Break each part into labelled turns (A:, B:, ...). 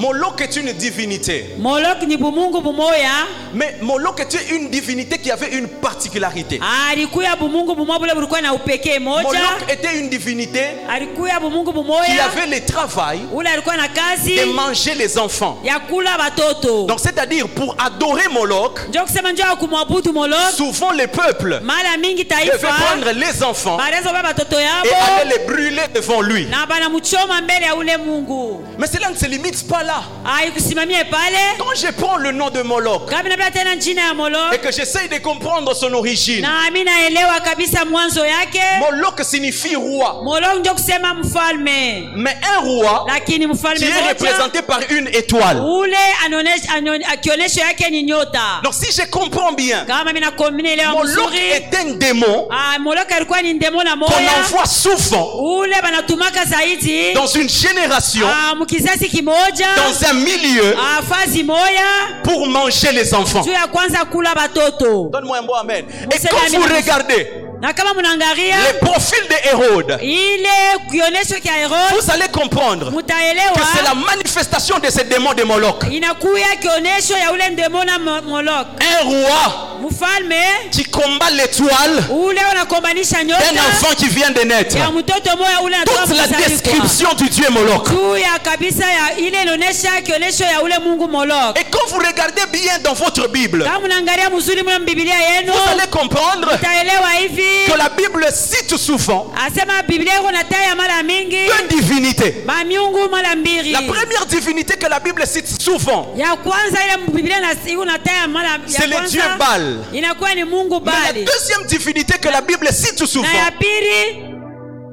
A: Moloch est une divinité.
B: Moloch ni bumungu bumoya
A: Mais Moloch était une divinité qui avait une particularité.
B: Ah, alikuya bumungu bumoya bule bulikuwa na upekee moja
A: Moloch était une divinité
B: alikuya bumungu
A: qui
B: bumoya
A: avait le travail
B: ule alikuwa na kazi
A: de manger les enfants.
B: ya kula batoto
A: Donc c'est-à-dire pour adorer Moloch,
B: njo kusema njo ya kumwabudu moloki
A: souvent les peuples
B: mara mingi
A: devaient
B: taifa
A: prendre les enfants
B: bareza ba batoto
A: et
B: yabo
A: aller les brûler devant lui.
B: na banamuchoma mbele ya ule mungu
A: Mais cela ne se limite pas là.
B: aikusimamie pale
A: Quand je prends le nom de Moloch
B: kabla bila tena jina ya
A: et
B: moloki
A: que j'essaye de comprendre son origine,
B: nami naelewa kabisa mwanzo yake
A: Moloch signifie roi.
B: moloki njo kusema mfalme
A: Mais un roi
B: lakini
A: qui
B: mfalme
A: est
B: moja
A: représenté par une étoile.
B: ule anaonesha- anio- a- kionyesho yake ni nyota
A: Donc si je comprends bien,
B: kama minakominelewa
A: Moloch
B: mzuri
A: est un démon
B: ah, oh, moloki alikuwa ni ndemo na
A: qu'on
B: moya
A: envoie souvent
B: ule banatumaka zaidi
A: dans une génération,
B: ah, mkizazi kimoja
A: dans un milieu,
B: ah, fazi moya
A: pour manger les enfants.
B: juu ya kwanza kula batoto
A: Donne-moi un bon amen. Et
B: Vous
A: quand
B: savez,
A: vous
B: amen.
A: regardez
B: na kama
A: les
B: munaangalia
A: profils de Hérode,
B: ile kionyesho kya herode
A: vous allez comprendre
B: mutaelewa
A: que c'est la manifestation de ces démons de Moloch.
B: inakuya kionyesho ya ule ndemona molok
A: Un roi
B: mfalme
A: qui combat l'étoile
B: ule unakombanisha
A: d'un
B: nyota
A: enfant qui vient de naître.
B: ya mtoto moya ule anatoka
A: Toute la
B: kuzaliwa.
A: description du dieu Moloch.
B: juu ya kabisa ya ile inaonyesha kionyesho ya ule mungu molok
A: Et quand vous regardez bien dans votre Bible,
B: kama munaangalia mzuri mna bibilia yenu
A: vous allez comprendre
B: mtaelewa hivi
A: que la Bible cite souvent
B: asema biblia iko na taya mara mingi
A: deux divinités.
B: bamiungu mara mbili
A: La première divinité que la Bible cite souvent,
B: ya kwanza ile biblia na- iko na taya mara ya
A: C'est le
B: kwanza
A: dieu Baal.
B: inakuwa ni mungu
A: mais la
B: bali
A: deuxième divinité que la Bible cite
B: na ya
A: souvent,
B: pili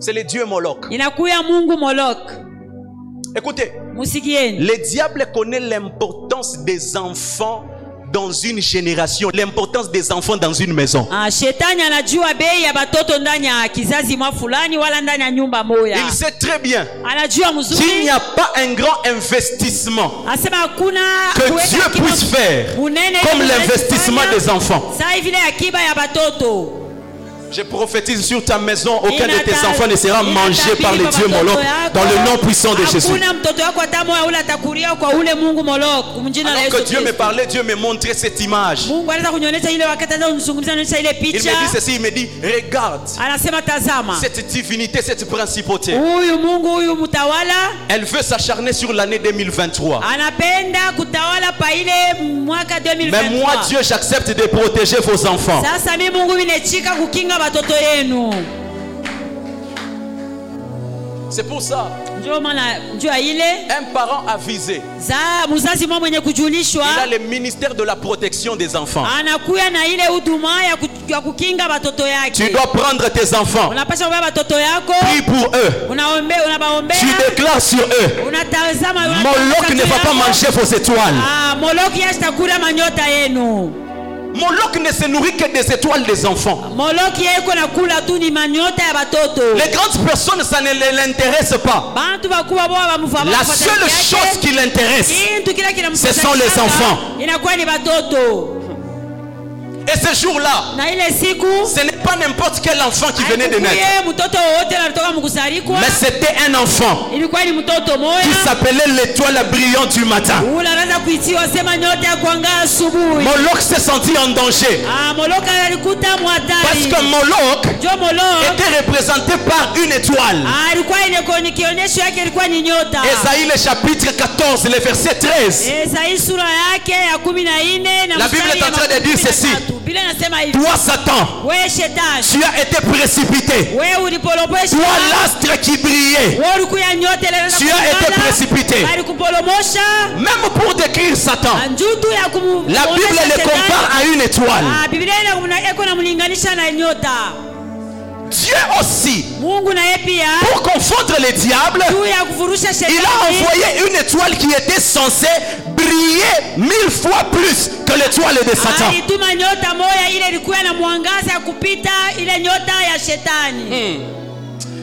A: c'est le dieu Moloch.
B: inakuya mungu molok
A: Écoutez,
B: musikieni
A: le diable connaît l'importance des enfants dans une génération, l'importance des enfants dans une maison.
B: Ah, shetani anajua bei ya batoto ndani ya kizazi mwa fulani wala ndani ya nyumba moya
A: Il sait très bien
B: anajua
A: qu'il n'y
B: mzuri
A: a pas un grand investissement
B: asema hakuna kuweka
A: que Dieu
B: akiba
A: puisse faire
B: munene
A: comme
B: ili
A: l'investissement
B: kufanya
A: des enfants.
B: saa hivi ile akiba ya batoto
A: Je prophétise sur ta maison, aucun de tes
B: Inata-
A: enfants ne sera mangé
B: inatabiri
A: par les
B: kwa
A: dieux
B: watoto
A: Moloch
B: yako.
A: dans le nom puissant de Jésus.
B: hakuna mtoto wako hata moya ule atakuria kwa ule mungu moloko mjina la
A: Alors
B: yesu
A: que Dieu me
B: Kristo.
A: parlait, Dieu me montrait cette image.
B: mungu anaweza kunionyesha ile wakati anaweza kunizungumzia anaonyesha ile
A: Il me dit
B: picha
A: ceci, il me dit, regarde
B: anasema tazama
A: cette divinité, cette principauté.
B: huyu mungu huyu mtawala
A: Elle veut s'acharner sur l'année 2023.
B: Ah, anapenda kutawala pa ile mwaka
A: Mais moi,
B: 2023
A: Dieu, j'accepte de protéger vos enfants.
B: sasa mi mungu minechika kukinga batoto yenu
A: C'est pour ça,
B: njo maana njua ile
A: un parent avisé,
B: za muzazi mwa mwenye kujulishwa
A: il a le ministère de la protection des enfants.
B: Ah. anakuya na ile huduma ya ku- ya kukinga batoto
A: Tu
B: yake
A: dois prendre tes enfants,
B: unapasha kuba batoto yako
A: prie pour eux,
B: unaombe
A: tu
B: unabaombea
A: déclares sur eux.
B: unatazama
A: Moloch ne va pas manger vos étoiles.
B: Ah. moloki yashtakula manyota yenu
A: Moloch ne se nourrit que des étoiles des enfants.
B: moloki yeko nakula tu ni manyota ya batoto
A: Les grandes personnes, ça ne les- l'intéresse pas.
B: bantu bakubwa boa bamufama
A: La seule chose qui l'intéresse,
B: kintu kila kinamfuata
A: Ce sont les
B: kaka,
A: enfants.
B: inakuwa ni batoto
A: et ce jour-là,
B: na ile siku
A: ce n'est pas n'importe quel enfant qui venait de naître,
B: haikukuye mtoto wowote natoka mkusarikwa
A: mais c'était un enfant
B: ilikuwa ni mtoto
A: qui
B: moya
A: s'appelait l'étoile brillante du matin.
B: ule anaweza kuitiwa sema nyota ya kuangaa asubuhi
A: Moloch s'est senti en danger
B: Ah, moloka alikuta
A: parce
B: mwatari
A: que Moloch
B: jo moloka
A: était représenté par une étoile.
B: alikuwa ineko- ni kionyesho yake ilikuwa ni nyota
A: Esaïe le chapitre 14, le verset 13.
B: Esai sura yake ya kumi na nne na
A: La
B: mstari
A: Bible est
B: ya
A: en train de
B: makumi
A: dire
B: na
A: ceci.
B: tatu. Biblia inasema hivi
A: Toi, Satan,
B: we shetani
A: tu as été précipité.
B: we
A: Toi,
B: ulipolomoshwa
A: l'astre qui brillait.
B: Wewe ulikuya nyote ile inaweza
A: Sio
B: kung'ara,
A: ete precipite.
B: alikupolomosha
A: Même pour décrire Satan,
B: njutu ya kumu-
A: la Bible
B: kuonyesha
A: le
B: shetani.
A: compare à une étoile.
B: Ah, Biblia ina- una- eko namlinganisha na nyota
A: Dieu aussi,
B: mungu naye pia
A: pour confondre les diables,
B: juu ya kuvurusha
A: il a
B: shetani
A: envoyé une étoile qui était censée briller mille fois plus que l'étoile de Satan.
B: alituma nyota moya ile ilikuwa na mwangaza ya kupita ile nyota ya shetani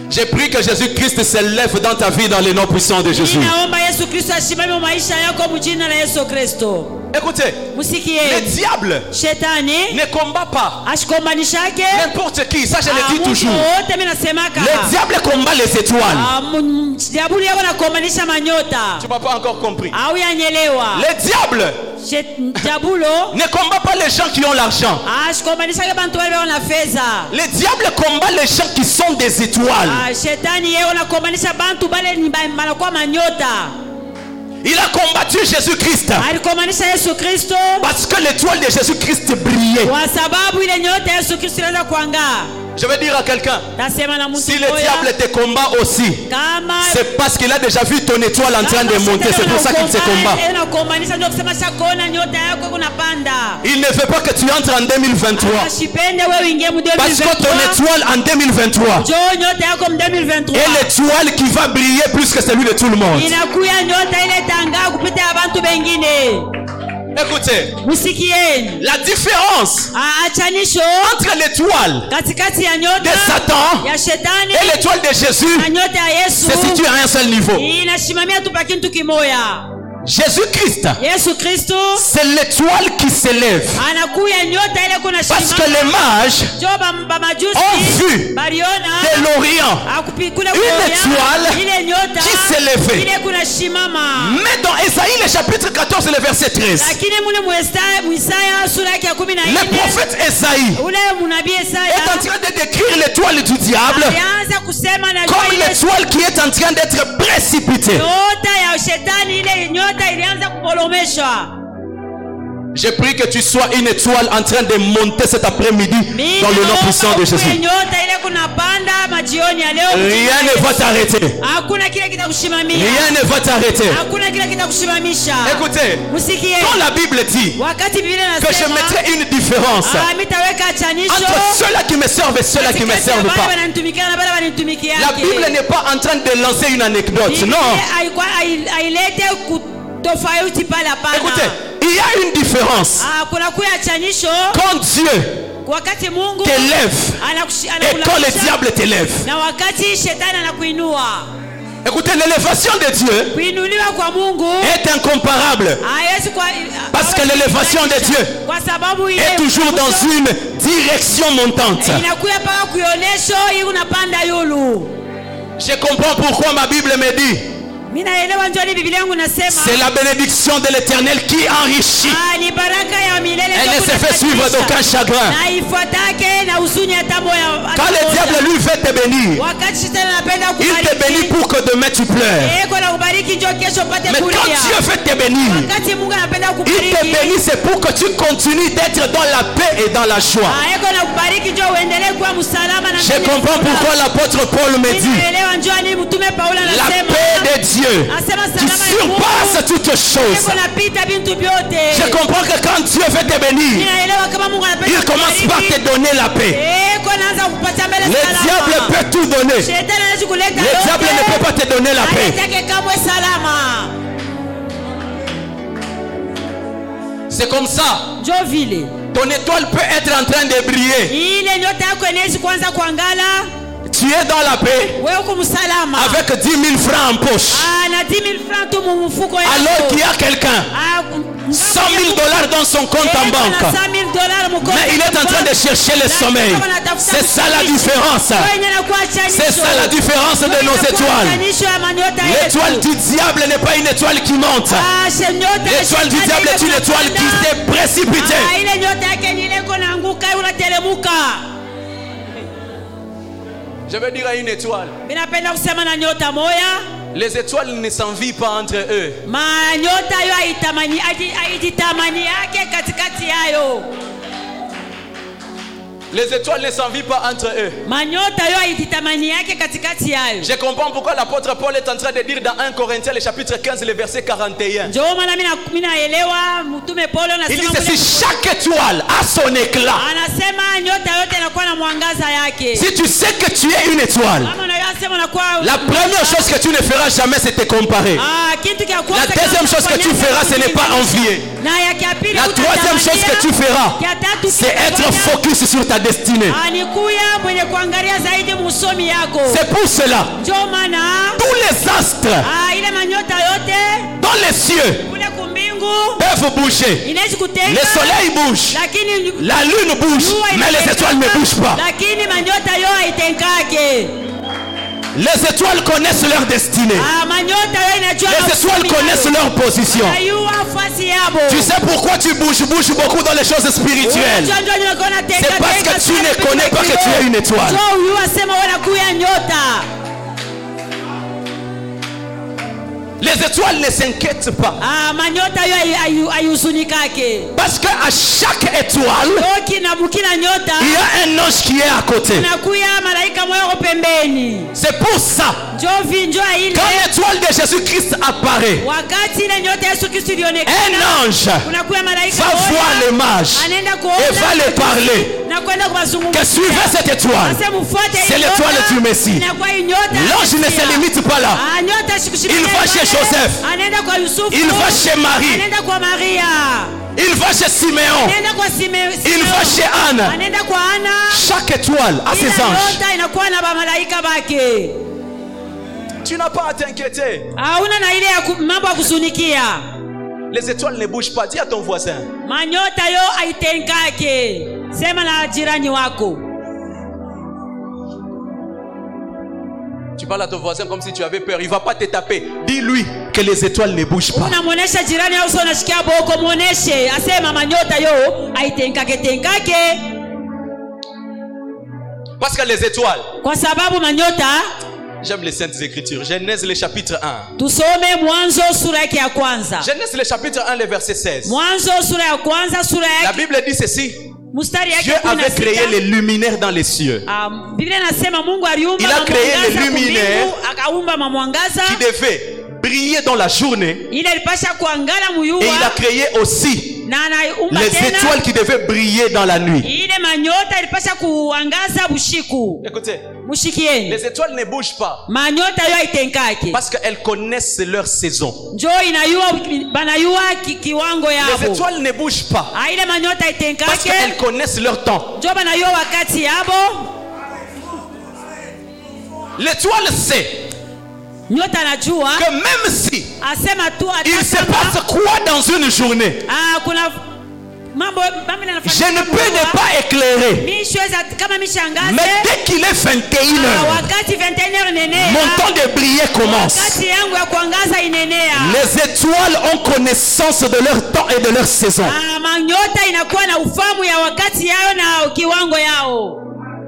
A: Je prie Hmm. que Jésus-Christ se lève dans ta vie dans le nom puissant de Jésus.
B: ninaomba yesu kristu ashimame maisha yako mjina la yesu kristo
A: Écoutez, le
B: musikieni
A: diable
B: shetani
A: ne combat pas
B: ashikombanishake
A: n'importe qui, ça je
B: Ah,
A: le dis
B: mtu
A: toujours.
B: wote mi nasemaka
A: Le diable combat les étoiles.
B: Ah, mu- jabuli yako nakombanisha manyota
A: Tu m'as pas encore compris.
B: au yanyelewa
A: Le diable
B: Shet- jabulo
A: ne combat pas les gens qui ont l'argent.
B: ashikombanishake Ah, bantu wale wao na fedha
A: Le diable combat les gens qui sont des étoiles.
B: Ah, shetani yeye anakombanisha bantu bale ni ba- banakuwa manyota Ah,
A: Il a combattu Jésus-Christ
B: alikombanisha yesu kristo
A: parce que l'étoile de Jésus-Christ brillait.
B: kwa sababu ile nyota yesu kristo inaweza kuangaa
A: Je vais dire à quelqu'un,
B: tasema na mtu
A: si le
B: mmoja,
A: diable te combat aussi,
B: kama
A: c'est parce qu'il a déjà vu ton étoile en train de monter. C'est pour ça qu'il te combat.
B: nakombanisha ndio kusema shakoona nyota yako kunapanda
A: Il ne veut pas que tu entres en 2023.
B: ashipende wewe uingie mu
A: Parce que ton
B: 2023
A: étoile en 2023
B: njoo nyota yako mu
A: est
B: 2023
A: l'étoile qui va briller plus que celui de tout le monde.
B: inakuya nyota ile tangaa kupita ya bantu bengine
A: Écoutez,
B: musikieni
A: la différence
B: Ah, achanisho
A: entre l'étoile
B: katikati ya
A: de
B: nyota
A: Satan
B: ya shetani
A: et l'étoile de Jésus
B: na nyota ya yesu
A: se situe à un seul niveau.
B: inasimamia tu pa kintu kimoya
A: Jésus-Christ,
B: yesu kristu
A: c'est l'étoile qui
B: Ah,
A: s'élève.
B: anakuya nyota ile kuna
A: Parce que les mages
B: jo bam- bamajusi
A: Ont vu
B: baliona
A: de l'Orient,
B: akupi- kule
A: une
B: kuoya,
A: étoile
B: ile nyota
A: qui s'est levée.
B: ile kuna shimama
A: mais dans Esaïe le chapitre 14 le verset 13,
B: lakini mule muesta- muisaya sura yake ya kumi na
A: le
B: nne
A: prophète Esaïe
B: ule munabii
A: est
B: Isaya
A: en train de décrire l'étoile du
B: Ah,
A: diable
B: alianza kusema na jua
A: comme
B: ile
A: l'étoile qui est en train d'être précipitée.
B: nyota ya shetani ile nyota ilianza kubolomeshwa
A: Je prie que tu sois une étoile en train de monter cet après-midi
B: Mimi
A: dans le nom
B: naomba
A: puissant de
B: ukuwe
A: Jésus.
B: nyota ile kunapanda majioni ya leo
A: Rien ne va t'arrêter.
B: hakuna kile kitakushimamia
A: Rien ne va t'arrêter.
B: hakuna kile kitakushimamisha
A: Écoutez,
B: musikie
A: quand la Bible dit
B: wakati Biblia
A: que je
B: inasema
A: mettrai une différence
B: ah, mitaweka chanisho
A: entre ceux-là qui me servent et ceux-là qui ne
B: katikati
A: me
B: ya
A: servent
B: wale
A: pas.
B: wananitumikia na wale wanitumikia
A: La Bible n'est pas en train de lancer une anecdote, non.
B: ailete kutofauti pale
A: Ah, Écoutez,
B: hapana
A: il y a une différence
B: Ah, kuna kuya chanisho
A: quand Dieu
B: wakati mungu
A: t'élève
B: anakushi-
A: et quand le
B: anakulagisha,
A: diable t'élève.
B: na wakati shetani anakuinua
A: Écoutez, l'élévation de Dieu
B: kuinuliwa kwa mungu
A: est incomparable
B: hawezi kwa-
A: Eh, Parce que l'elevation de Dieu
B: kwa sababu ile
A: et toujours dans une direction montante.
B: inakuya mpaka kuionesho hii unapanda yulu
A: Je comprends pourquoi ma Bible me dit
B: mi naelewa njoni biblia yangu nasema
A: c'est la bénédiction de l'éternel qui enrichit.
B: Ah, ni baraka ya milele
A: Elle ne
B: ndio
A: se fait suivre
B: kunafanikisha.
A: d'aucun chagrin.
B: na ifuatake na huzuni hata moya
A: Quand le diable lui veut te bénir,
B: wakati shetani anapenda
A: il te bénit
B: kubariki
A: pour que demain tu pleures.
B: eko na kubariki njo kesho upate
A: Mais quand
B: kulia
A: Dieu veut te bénir,
B: wakati mungu anapenda
A: il te
B: kubariki
A: bénit c'est pour que tu continues d'être dans la paix et dans la joie.
B: Ah, eko na kubariki njo uendelee kuwa msalama na
A: Je
B: mwenye
A: comprends
B: furaha.
A: pourquoi l'apôtre Paul me
B: Mimi
A: dit
B: naelewa njo ni mtume paulo
A: la
B: anasema
A: paix de Dieu
B: anasema
A: qui
B: salama ya Mungu
A: surpasse toutes choses.
B: eko napita bintu vyote
A: Je comprends que quand Dieu veut te bénir,
B: ninaelewa kama mungu anapenda
A: il commence par
B: kubariki,
A: te donner la paix.
B: eko anaanza kukupatia mbele
A: Le
B: salama.
A: diable peut tout donner.
B: Shetani hawezi kuleta
A: Le diable ne peut pas te donner la paix.
B: Halitake kamwe salama.
A: C'est comme ça.
B: Njoo vile
A: Ton étoile peut être en train de briller.
B: ile nyota yako inawezi kuanza kuangala,
A: Tu es dans la paix
B: wewe uko msalama
A: avec 10 000 francs en poche.
B: Ah, na 10 000 francs tu mu mfuko yako.
A: Alors qu'il y a quelqu'un,
B: Ah, m-
A: 100 000 dollars dans son compte en
B: Eh, kuna
A: banque.
B: 100 000 dollars mu compte
A: Mais il est en train de chercher le
B: Na
A: sommeil.
B: kama anatafuta
A: C'est ça la
B: kusafisha.
A: différence.
B: Wenye nakuwa chanisho.
A: C'est ça la différence
B: Wenye
A: de nos
B: nakuwa
A: étoiles.
B: chanisho ya manyota yetu.
A: L'étoile du diable n'est pas une étoile qui monte.
B: Ah, she- nyota ya
A: L'étoile du
B: shetani
A: diable est
B: ile
A: une étoile qui
B: kunapanda.
A: s'est précipitée.
B: Ah, ile nyota yake ni ile iko naanguka, unateremka.
A: Je veux dire à une étoile,
B: Mimi napenda kusema na nyota moya
A: les étoiles ne s'envient pas entre eux.
B: manyota hayo haitamani- haji- haijitamani yake katikati yayo
A: Les étoiles ne s'envient pas entre eux.
B: manyota hayo haijitamani yake katikati yayo
A: Je comprends pourquoi l'apôtre Paul est en train de dire dans 1 Corinthiens le chapitre 15 le verset 41.
B: njoo maana mina- minaelewa mtume paulo
A: Il dit
B: anasema
A: ceci,
B: kule-
A: chaque étoile a son éclat.
B: anasema nyota yote inakuwa na mwangaza yake
A: Si tu sais que tu es une étoile,
B: kama unayo asema na kwa
A: La première chose que tu ne feras jamais, c'est te comparer.
B: Ah, kitu kya kwanza
A: La deuxième chose que tu feras, ce n'est pas envier.
B: Na ya kia pili
A: La troisième chose que tu feras,
B: Ya tatu
A: c'est être
B: kitafanya-
A: focus sur ta destinée.
B: Ah, ni kuya mwenye kuangalia zaidi musomi yako.
A: C'est pour cela,
B: Ndio maana
A: tous les astres
B: ah, ile manyota yote
A: dans les cieux
B: kule kumbingu
A: peuvent bouger.
B: inawezi
A: Le
B: kutenga,
A: soleil bouge,
B: lakini jua
A: la lune bouge, mais les
B: inatenga,
A: étoiles ne bougent pas.
B: Lakini manyota yo haitengake.
A: Les étoiles connaissent leur destinée.
B: Ah, manyota yo inajua
A: Les étoiles
B: makusudi
A: connaissent
B: yao.
A: leur position.
B: Inajua nafasi yabo.
A: Tu sais pourquoi tu bouges, bouges beaucoup dans les choses spirituelles.
B: Unajua ndio nilikuwa natenga,
A: C'est parce
B: tenga
A: que tu
B: sana
A: ne
B: vitu
A: connais pas que
B: vya
A: tu
B: kiroho.
A: es une étoile.
B: Njoo huyu asema wewe nakuya nyota.
A: Les étoiles ne s'inquiètent pas.
B: Ah, manyota yo hai- hai- haihuzunikake.
A: Parce qu'à chaque étoile,
B: Yo kina mukina nyota
A: il y a un ange qui est à côté.
B: nakuya malaika mweko pembeni.
A: C'est pour ça,
B: Njoo vi njoo ile
A: quand l'étoile de Jésus-Christ apparaît,
B: wakati ile nyota Yesu Kristo ilionekana
A: un ange
B: kunakuya malaika
A: va
B: moja,
A: voir le mage
B: anaenda
A: et va
B: kuona
A: lui parler.
B: na kwenda
A: Que
B: kuwazungumzia
A: suivez cette étoile.
B: Sasa mfuate hii
A: C'est l'étoile
B: nyota,
A: du Messie.
B: inakuwa hii nyota ya
A: L'ange ne
B: Mesia.
A: se limite pas là.
B: Ah, nyota sikushikilia
A: Il va
B: pale.
A: chez Joseph.
B: anaenda kwa Yusufu
A: Il va chez Marie,
B: anaenda kwa Maria
A: il va chez Siméon,
B: anaenda kwa Sime-
A: il
B: Simeon.
A: va chez Anne.
B: anaenda kwa Ana
A: Chaque étoile a ses
B: Kila
A: anges.
B: nyota inakuwa na bamalaika bake
C: Tu n'as pas à t'inquiéter.
B: hauna na ile ya ku- mambo ya kuzunikia
C: Les étoiles ne bougent pas. Dis à ton voisin.
B: manyota yo aitengake sema na jirani wako
C: Tu parles à ton voisin comme si tu avais peur. Il va pas te taper. Dis-lui que les étoiles ne bougent pas.
B: unamwonesha jirani au sio unashikia boko mwoneshe asema manyota yo aitengake tengake
C: Parce que les étoiles,
B: kwa sababu manyota
C: j'aime les saintes écritures. Genèse le chapitre 1.
B: tusome mwanzo sura yake ya kwanza
C: Genèse le chapitre 1, le verset 16.
B: mwanzo sura ya kwanza sura
C: La
B: yake
C: Bible dit ceci.
B: mstari yake
C: Dieu avait créé les
B: 16.
C: luminaires dans les cieux
B: Ah, biblia inasema mungu aliumba
C: Il a créé les
B: mamwangaza
C: luminaires
B: kumbingu, akaumba mamwangaza
C: qui devaient briller dans la journée.
B: ile ilipasha kuangala muyua
C: Et il a créé aussi
B: na anaumba
A: Les
B: tena
A: étoiles qui devaient briller dans la nuit.
B: ile manyota ilipasha kuangaza bushiku
C: Écoutez,
B: mushikieni
C: les étoiles ne bougent pas
B: manyota yo aitenkake
C: parce qu'elles connaissent leur saison.
B: njo inayua banayua ki, kiwango
C: Les
B: yabo
C: étoiles ne bougent pas
B: Ah, ile manyota
C: parce
B: aitenkake
C: qu'elles connaissent leur temps.
B: njo banayua wakati yabo
A: L'étoile sait
B: nyota anajua
A: que même si
B: asema tu hata
A: il se
B: kama-
A: passe quoi dans une journée,
B: Ah, kuna mambo mambo
A: je
B: yanafanyika
A: ne
B: kwa
A: peux ne
B: mvua.
A: pas éclairer.
B: Mi siwezi hata- kama mi shangaze,
A: Mais dès qu'il est 21h,
B: ah, wakati 21h inenea
A: Mon temps de briller commence.
B: wakati yangu ya kuangaza inenea
A: Les étoiles ont connaissance de leur temps et de leur saison.
B: Ah, manyota inakuwa na ufamu ya wakati yao na kiwango yao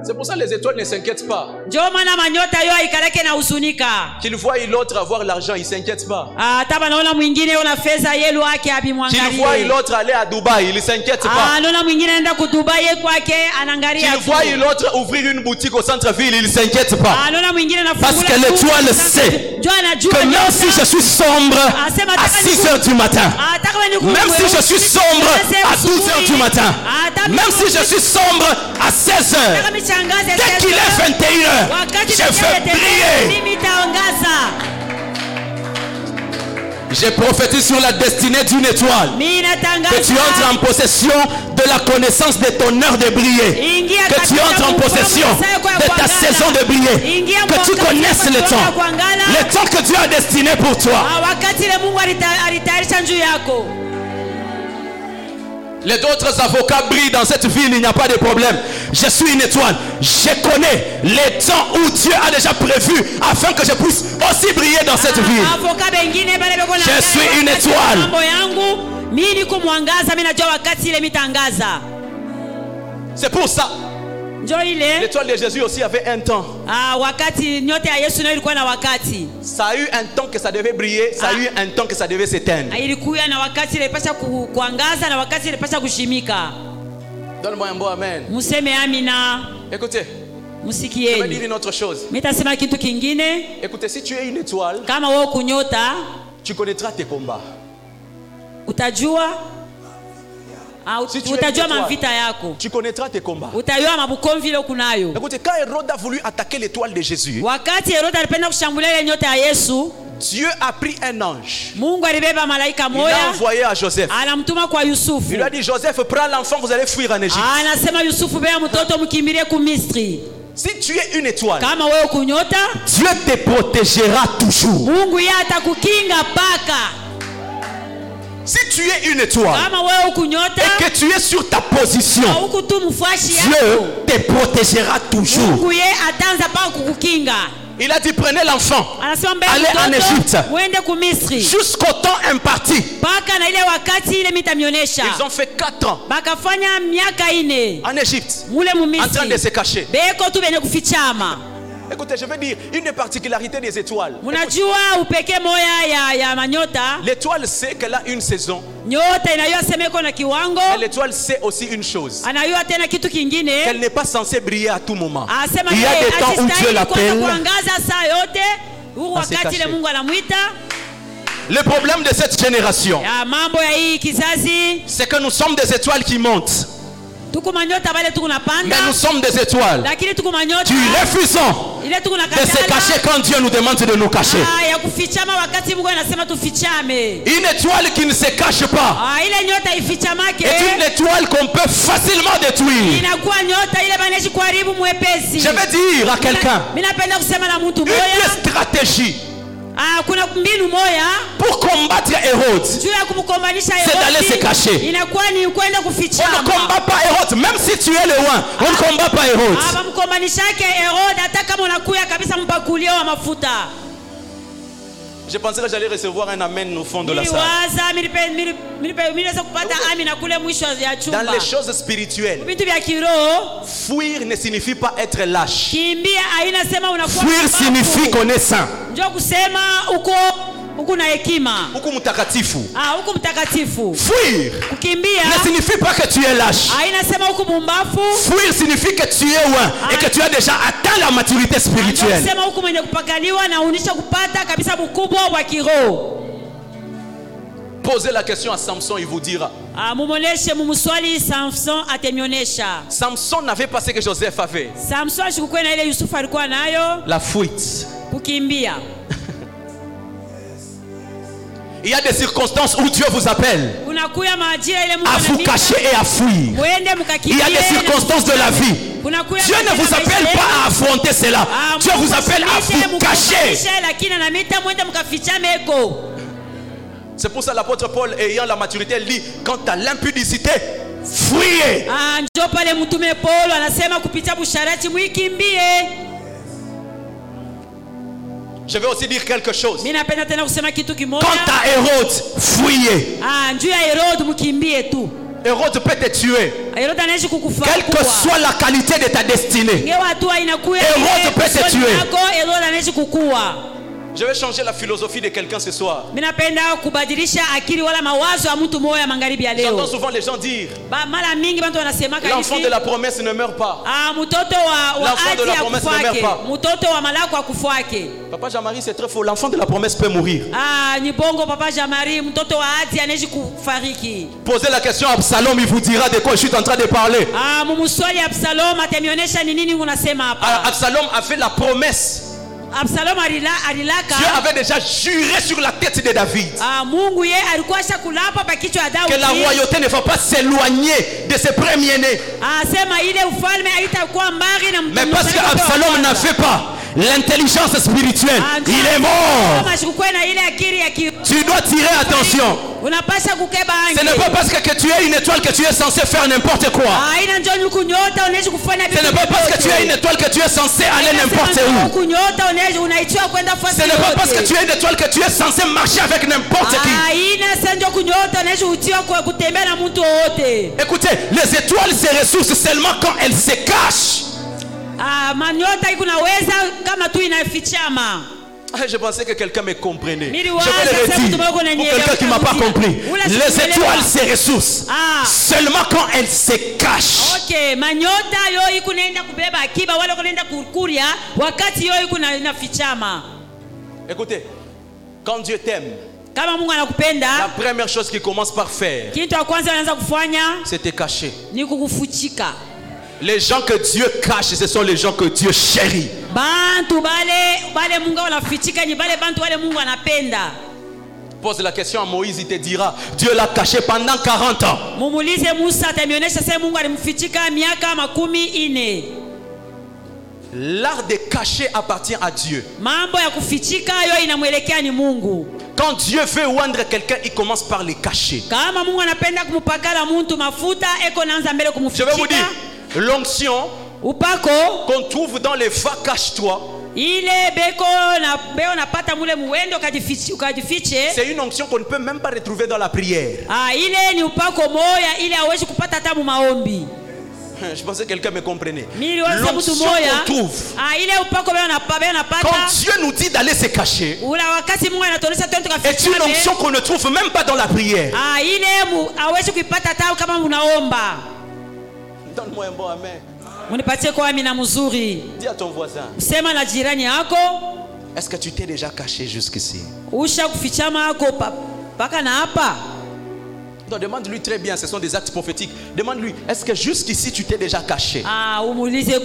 C: C'est pour ça que les étoiles ne s'inquiètent pas.
B: njo maana manyota yo aikalake na huzunika
C: Qu'ils voient l'autre avoir l'argent, ils ne s'inquiètent pas.
B: Ah, hata banaona mwingine ona fedha yelu ake
C: Qu'ils voient
B: abimwangalie
C: l'autre aller à Dubaï, ils ne s'inquiètent pas.
B: naona mwingine anaenda kudubai ye kwake anaangalia
C: Qu'ils
B: tu.
C: voient l'autre ouvrir une boutique au centre-ville, ils ne s'inquiètent pas.
B: Ah, naona mwingine
A: Parce que l'étoile sait
B: jo anajua
A: Que même
B: nyota.
A: si je suis sombre à 6 heures du matin,
B: Ah, hata kama ni
A: même si je suis sombre à 12 heures
B: heures
A: du matin,
B: Ah,
A: même si je suis sombre à 16 heures, dès qu'il est 21 heures,
B: wakati
A: je
B: dunia
A: veux
B: itatembea,
A: briller.
B: mimi nitaangaza.
A: Je prophétise sur la destinée d'une étoile.
B: Mimi Ah,
A: Que tu entres en
B: natangaza
A: possession de la connaissance de ton heure de briller.
B: Ingia
A: Que tu
B: katika
A: entres en
B: ufahamu
A: possession
B: wa saa yako ya
A: de ta
B: kuangaza.
A: saison de briller.
B: Ingia
A: Que tu
B: mwaka-
A: connaisses le
B: mwaka
A: temps.
B: kuangaza.
A: Le temps que Dieu a destiné pour toi.
B: Ah, wakati ile Mungu alita- alitayarisha juu yako.
A: Les autres avocats brillent dans cette ville, il n'y a pas de problème. Je suis une étoile. Je connais les temps où Dieu a déjà prévu afin que je puisse aussi briller dans cette ville.
B: Ah, avoka bengine bale beko na
A: Je
B: angalia
A: suis une
B: wakati
A: étoile.
B: mambo yangu mimi niko mwangaza, mimi najua wakati ile mitangaza.
A: C'est pour ça.
B: Njoo ile
C: L'étoile de Jésus aussi avait un temps.
B: ah, wakati nyota ya Yesu nayo ilikuwa na wakati
C: Ça a eu un temps que ça devait briller, ça a eu un temps que ça devait s'éteindre.
B: Ah, ilikuwa na wakati ilipasha ku, kuangaza na wakati ilipasha kushimika.
C: Donne-moi un bon amen.
B: Museme amina,
C: Écoutez, je vais dire
B: msikieni.
C: une autre chose.
B: Mitasema kitu kingine
C: Écoutez, si tu es une étoile,
B: kama wewe kunyota
C: tu connaîtras tes combats.
B: utajua Ah, ut-
C: Si tu es
B: utajua
C: une étoile,
B: mavita yako
C: tu connaîtras tes combats.
B: utayua mabukomvi ile kunayo
C: Écoutez, quand Hérode a voulu attaquer l'étoile de Jésus,
B: wakati herode alipenda kushambulia ile nyota ya yesu
C: Dieu a pris un ange.
B: mungu alibeba malaika
C: Il l'a
B: moya
C: envoyé à Joseph.
B: anamtuma kwa yusufu
C: Il lui a dit Joseph, prends l'enfant, vous allez fuir en Égypte.
B: anasema yusufu bea mtoto mkimbilie kumisri
C: Si tu es une étoile,
B: kama wewe kunyota
A: Dieu te protégera toujours.
B: mungu yeye atakukinga paka
A: Si tu es une étoile
B: kama wewe kunyota
A: et que tu es sur ta
B: na
A: position,
B: huku tu mfuashi
A: Dieu
B: yako
A: te protégera toujours.
B: mungu yeye ataanza paka kukukinga
A: Il a dit prenez l'enfant
B: anasema
A: Ale en Egypte.
B: mbele uende kumisri
A: jusqu'au temps imparti.
B: mpaka na ile wakati ile
C: ils
B: mitamionyesha
C: ont fait 4 ans
B: bakafanya miaka ine
C: en Égypte,
B: mule
C: en train de se
B: mumisri
C: cacher.
B: beko tu benye kufichama
C: Écoutez, je vais dire une des particularités des étoiles.
B: munajua upekee moya ya, ya manyota
C: L'étoile sait qu'elle a une saison,
B: nyota inayua semeko na kiwango
C: mais l'étoile sait aussi une chose
B: anayua tena kitu kingine
C: qu'elle n'est pas censée briller à tout moment.
B: asema
A: Il y a
B: yeye
A: des temps où Dieu
B: hajistahili
A: l'appelle.
B: kwanza kuangaza saa yote huu wakati
C: caché.
B: ile mungu anamwita
A: Le problème de cette génération,
B: ya mambo ya hii kizazi
A: c'est que nous sommes des étoiles qui montent,
B: tuku manyota bale tuku napanda
A: mais nous sommes des étoiles
B: lakini tuku manyota
A: qui refusons
B: ile tuku
A: de se cacher
B: nakatala
A: quand Dieu nous demande de nous cacher.
B: Ah, ya kufichama wakati mungu anasema tufichame
A: Une étoile qui ne se cache pas
B: Ah, ile nyota ifichamake
A: est une étoile qu'on peut facilement détruire.
B: inakuwa nyota ile baneshi kuharibu mwepesi
A: Je vais dire à quelqu'un
B: Mi napenda kusema na mtu moya
A: une stratégie
B: ah, kuna mbinu moya
A: pour combattre Hérode.
B: juu ya kumkombanisha
A: C'est d'aller se cacher.
B: inakuwa ni kwenda
A: On ne
B: kufichama
A: combat pas Hérode, même si tu es le roi, on ne combat pas Hérode.
B: Ah, abamkombanishake herode hata kama unakuya kabisa mpakulio wa mafuta
C: Je pensais que j'allais recevoir un amen au fond de la salle.
B: niliwaza milipe- milipe- milipe- niliweza kupata amina kule mwisho ya
C: Dans
B: chumba
C: les choses spirituelles,
B: vitu vya kiroho
C: fuir ne signifie pas être lâche.
B: kimbia haina sema unakuwa
A: Fuir
B: mpumbavu.
A: signifie qu'on est saint.
B: njoo kusema uko huku na hekima
C: Beaucoup mtakatifu.
B: Ah, huku mtakatifu
A: Fuir
B: kukimbia
A: ne signifie pas que tu es lâche.
B: haina sema huku mumbafu
A: Fuir signifie que tu es loin et que tu as déjà atteint la maturité
B: njoo
A: spirituelle.
B: kusema huku mwenye kupakaliwa na unisha kupata kabisa ukubwa wa kiroho
C: Posez la question à Samson, il vous dira.
B: Ah, mumwoneshe mumswali samson atemionesha
C: Samson n'avait pas ce que Joseph avait.
B: samson ashikukuwe na ile yusufu alikuwa nayo
C: La fuite.
B: kukimbia
A: Il y a des circonstances où Dieu vous appelle
B: kunakuya maajira ile Mungu
A: à vous
B: ananipa,
A: cacher et à fuir.
B: mwende
A: Il y
B: mkakimbie
A: a des circonstances de la vie
B: kunakuya
A: Dieu ne
B: maajira
A: vous appelle
B: maisha
A: pas
B: yenu.
A: à affronter cela.
B: Ah,
A: Dieu
B: Mungu
A: vous appelle à
B: asimuite,
A: vous
B: Mungu
A: cacher.
B: asimuite, lakini anamita mwende mkafichame eko
C: C'est pour ça l'apôtre Paul, ayant la maturité, il dit quant à l'impudicité,
A: Fuyez.
B: Ah, njo pale mtume paulo anasema kupitia busharati mwikimbie
C: je vais aussi dire quelque chose.
B: mi napenda tena kusema kitu
A: Quant
B: kimoja
A: à Hérode, fuyez.
B: Ah, njuu ya herode mkimbie tu
A: Hérode peut te tuer.
B: herode anaishi kukufa
A: Quelle que soit la qualité de ta destinée.
B: ngewa hatua inakuya
A: Herode
B: ile eh,
A: peut se
B: kusoni
A: tuer.
B: yako, herode anaishi kukuwa
C: Je vais changer la philosophie de quelqu'un ce soir.
B: mi napenda kubadilisha akili wala mawazo ya mtu moya magharibi ya
C: J'entends
B: leo
C: souvent les gens dire
B: ba, mara mingi bantu wanasemaka
C: l'enfant de
B: hivi
C: la promesse ne meurt pas.
B: ah, mtoto wa, wa
C: L'enfant de
B: ati
C: la
B: ya
C: promesse ne
B: kufuake
C: meurt pas.
B: mtoto wa malako akufuake
C: Papa Jean-Marie, c'est très faux. L'enfant de la promesse peut mourir.
B: ah, ni bongo papa jamari mtoto wa ati anaishi kufariki
A: Posez la question à Absalom, il vous dira de quoi je suis en train de parler.
B: Ah, mumuswali Absalom atanionyesha ni nini unasema
C: Ah,
B: hapa.
C: Absalom a fait la promesse.
B: Absalom alila, alilaka
A: Dieu avait déjà juré sur la tête de David
B: ah, Mungu ye alikuwa shakulapa pa kichwa ya
A: que la
B: Daudi.
A: royauté ne va pas s'éloigner de ses premiers-nés.
B: Asema ile ufalme haitakuwa mbali na mtu
A: Mais
B: mmoja
A: parce que
B: alikuwa wa
A: Absalom
B: kwanza.
A: n'avait pas l'intelligence spirituelle,
B: Ah, ndio
A: il est
B: Absalom
A: mort.
B: ashikukuwe na ile akili ya ki
A: Tu dois tirer attention.
B: unapasha kukeba ange.
A: Ce n'est pas parce que, que tu es une étoile que tu es censé faire n'importe quoi.
B: Ah, ina njoo nyuku nyota unaweza kufanya
A: Ce
B: vitu
A: n'est pas parce que
B: vyovyote.
A: tu es une étoile que tu es censé aller
B: Inasema
A: n'importe
B: njoo
A: où.
B: nyuku nyota unaweza unaitiwa kwenda
A: Ce
B: fasi
A: n'est pas
B: yoyote.
A: parce que tu es une étoile que tu es censé marcher avec n'importe qui.
B: Ah, ina sasa njoo kunyota unaweza utiwa kwa kutembea na mtu wowote.
A: Écoutez, les étoiles se ressourcent seulement quand elles se cachent.
B: Ah, manyota ikunaweza kama tu inafichama
C: Ah, Je pensais que quelqu'un me comprenait.
A: Je vais le redire pour quelqu'un qui ne m'a pas compris. Les étoiles se ressourcent
B: Ah.
A: seulement quand elles se cachent.
B: okay manyota yo ikunaenda kubeba akiba wala kunaenda kukurya wakati yo ikuna- inafichama
C: Écoutez, quand Dieu t'aime,
B: kama mungu
C: La
B: anakupenda
C: première chose qu'il commence par faire,
B: kitu ya kwanza anaanza kufanya
C: c'est te cacher.
B: ni kukufuchika
D: Les gens que Dieu cache, ce sont les gens que Dieu chérit.
B: bantu bale bale mungu wanafichika ni bale bantu wale mungu anapenda
C: Pose la question à Moïse, il te dira.
D: Dieu l'a caché pendant 40 ans.
B: mumuulize musa atamionyesha se mungu alimfichika miaka makumi nne
C: L'art de cacher appartient à Dieu.
B: mambo ya kufichika yo inamwelekea ni mungu
C: Quand Dieu veut oindre quelqu'un, il commence par le cacher.
B: kama mungu anapenda kumupakala muntu mafuta eko naanza mbele
C: Je vais vous dire,
B: kumufichika
C: l'onction
B: upako
C: qu'on trouve dans les va cache-toi,
B: ile beko na beo napata mule muwendo ukajifiche, ukajifiche.
C: c'est une onction qu'on ne peut même pas retrouver dans la prière.
B: Ah, ile ni upako moya ile hawezi kupata hata mumaombi
C: Hein, Je pensais que quelqu'un me comprenait.
B: miliweza mtu
C: L'onction
B: moya
C: qu'on trouve,
B: Ah, ile upako beo napa- beo
C: quand
B: napata
C: Dieu nous dit d'aller se cacher,
B: ula wakati mungu anatuonesha twende
C: est une
B: tukafichikane.
C: onction qu'on ne trouve même pas dans la prière.
B: Ah, ile mu- hawezi kuipata hata kama unaomba
C: Donne-moi un bon amen.
B: munipatie kwa amina mzuri
C: Dis à ton voisin,
B: sema na jirani yako
C: est-ce que tu t'es déjà caché jusqu'ici
B: usha kufichama yako pa- mpaka na hapa
C: Non, demande-lui très bien, ce sont des actes prophétiques. Demande-lui, est-ce que jusqu'ici tu t'es déjà caché
B: Ah, umuulize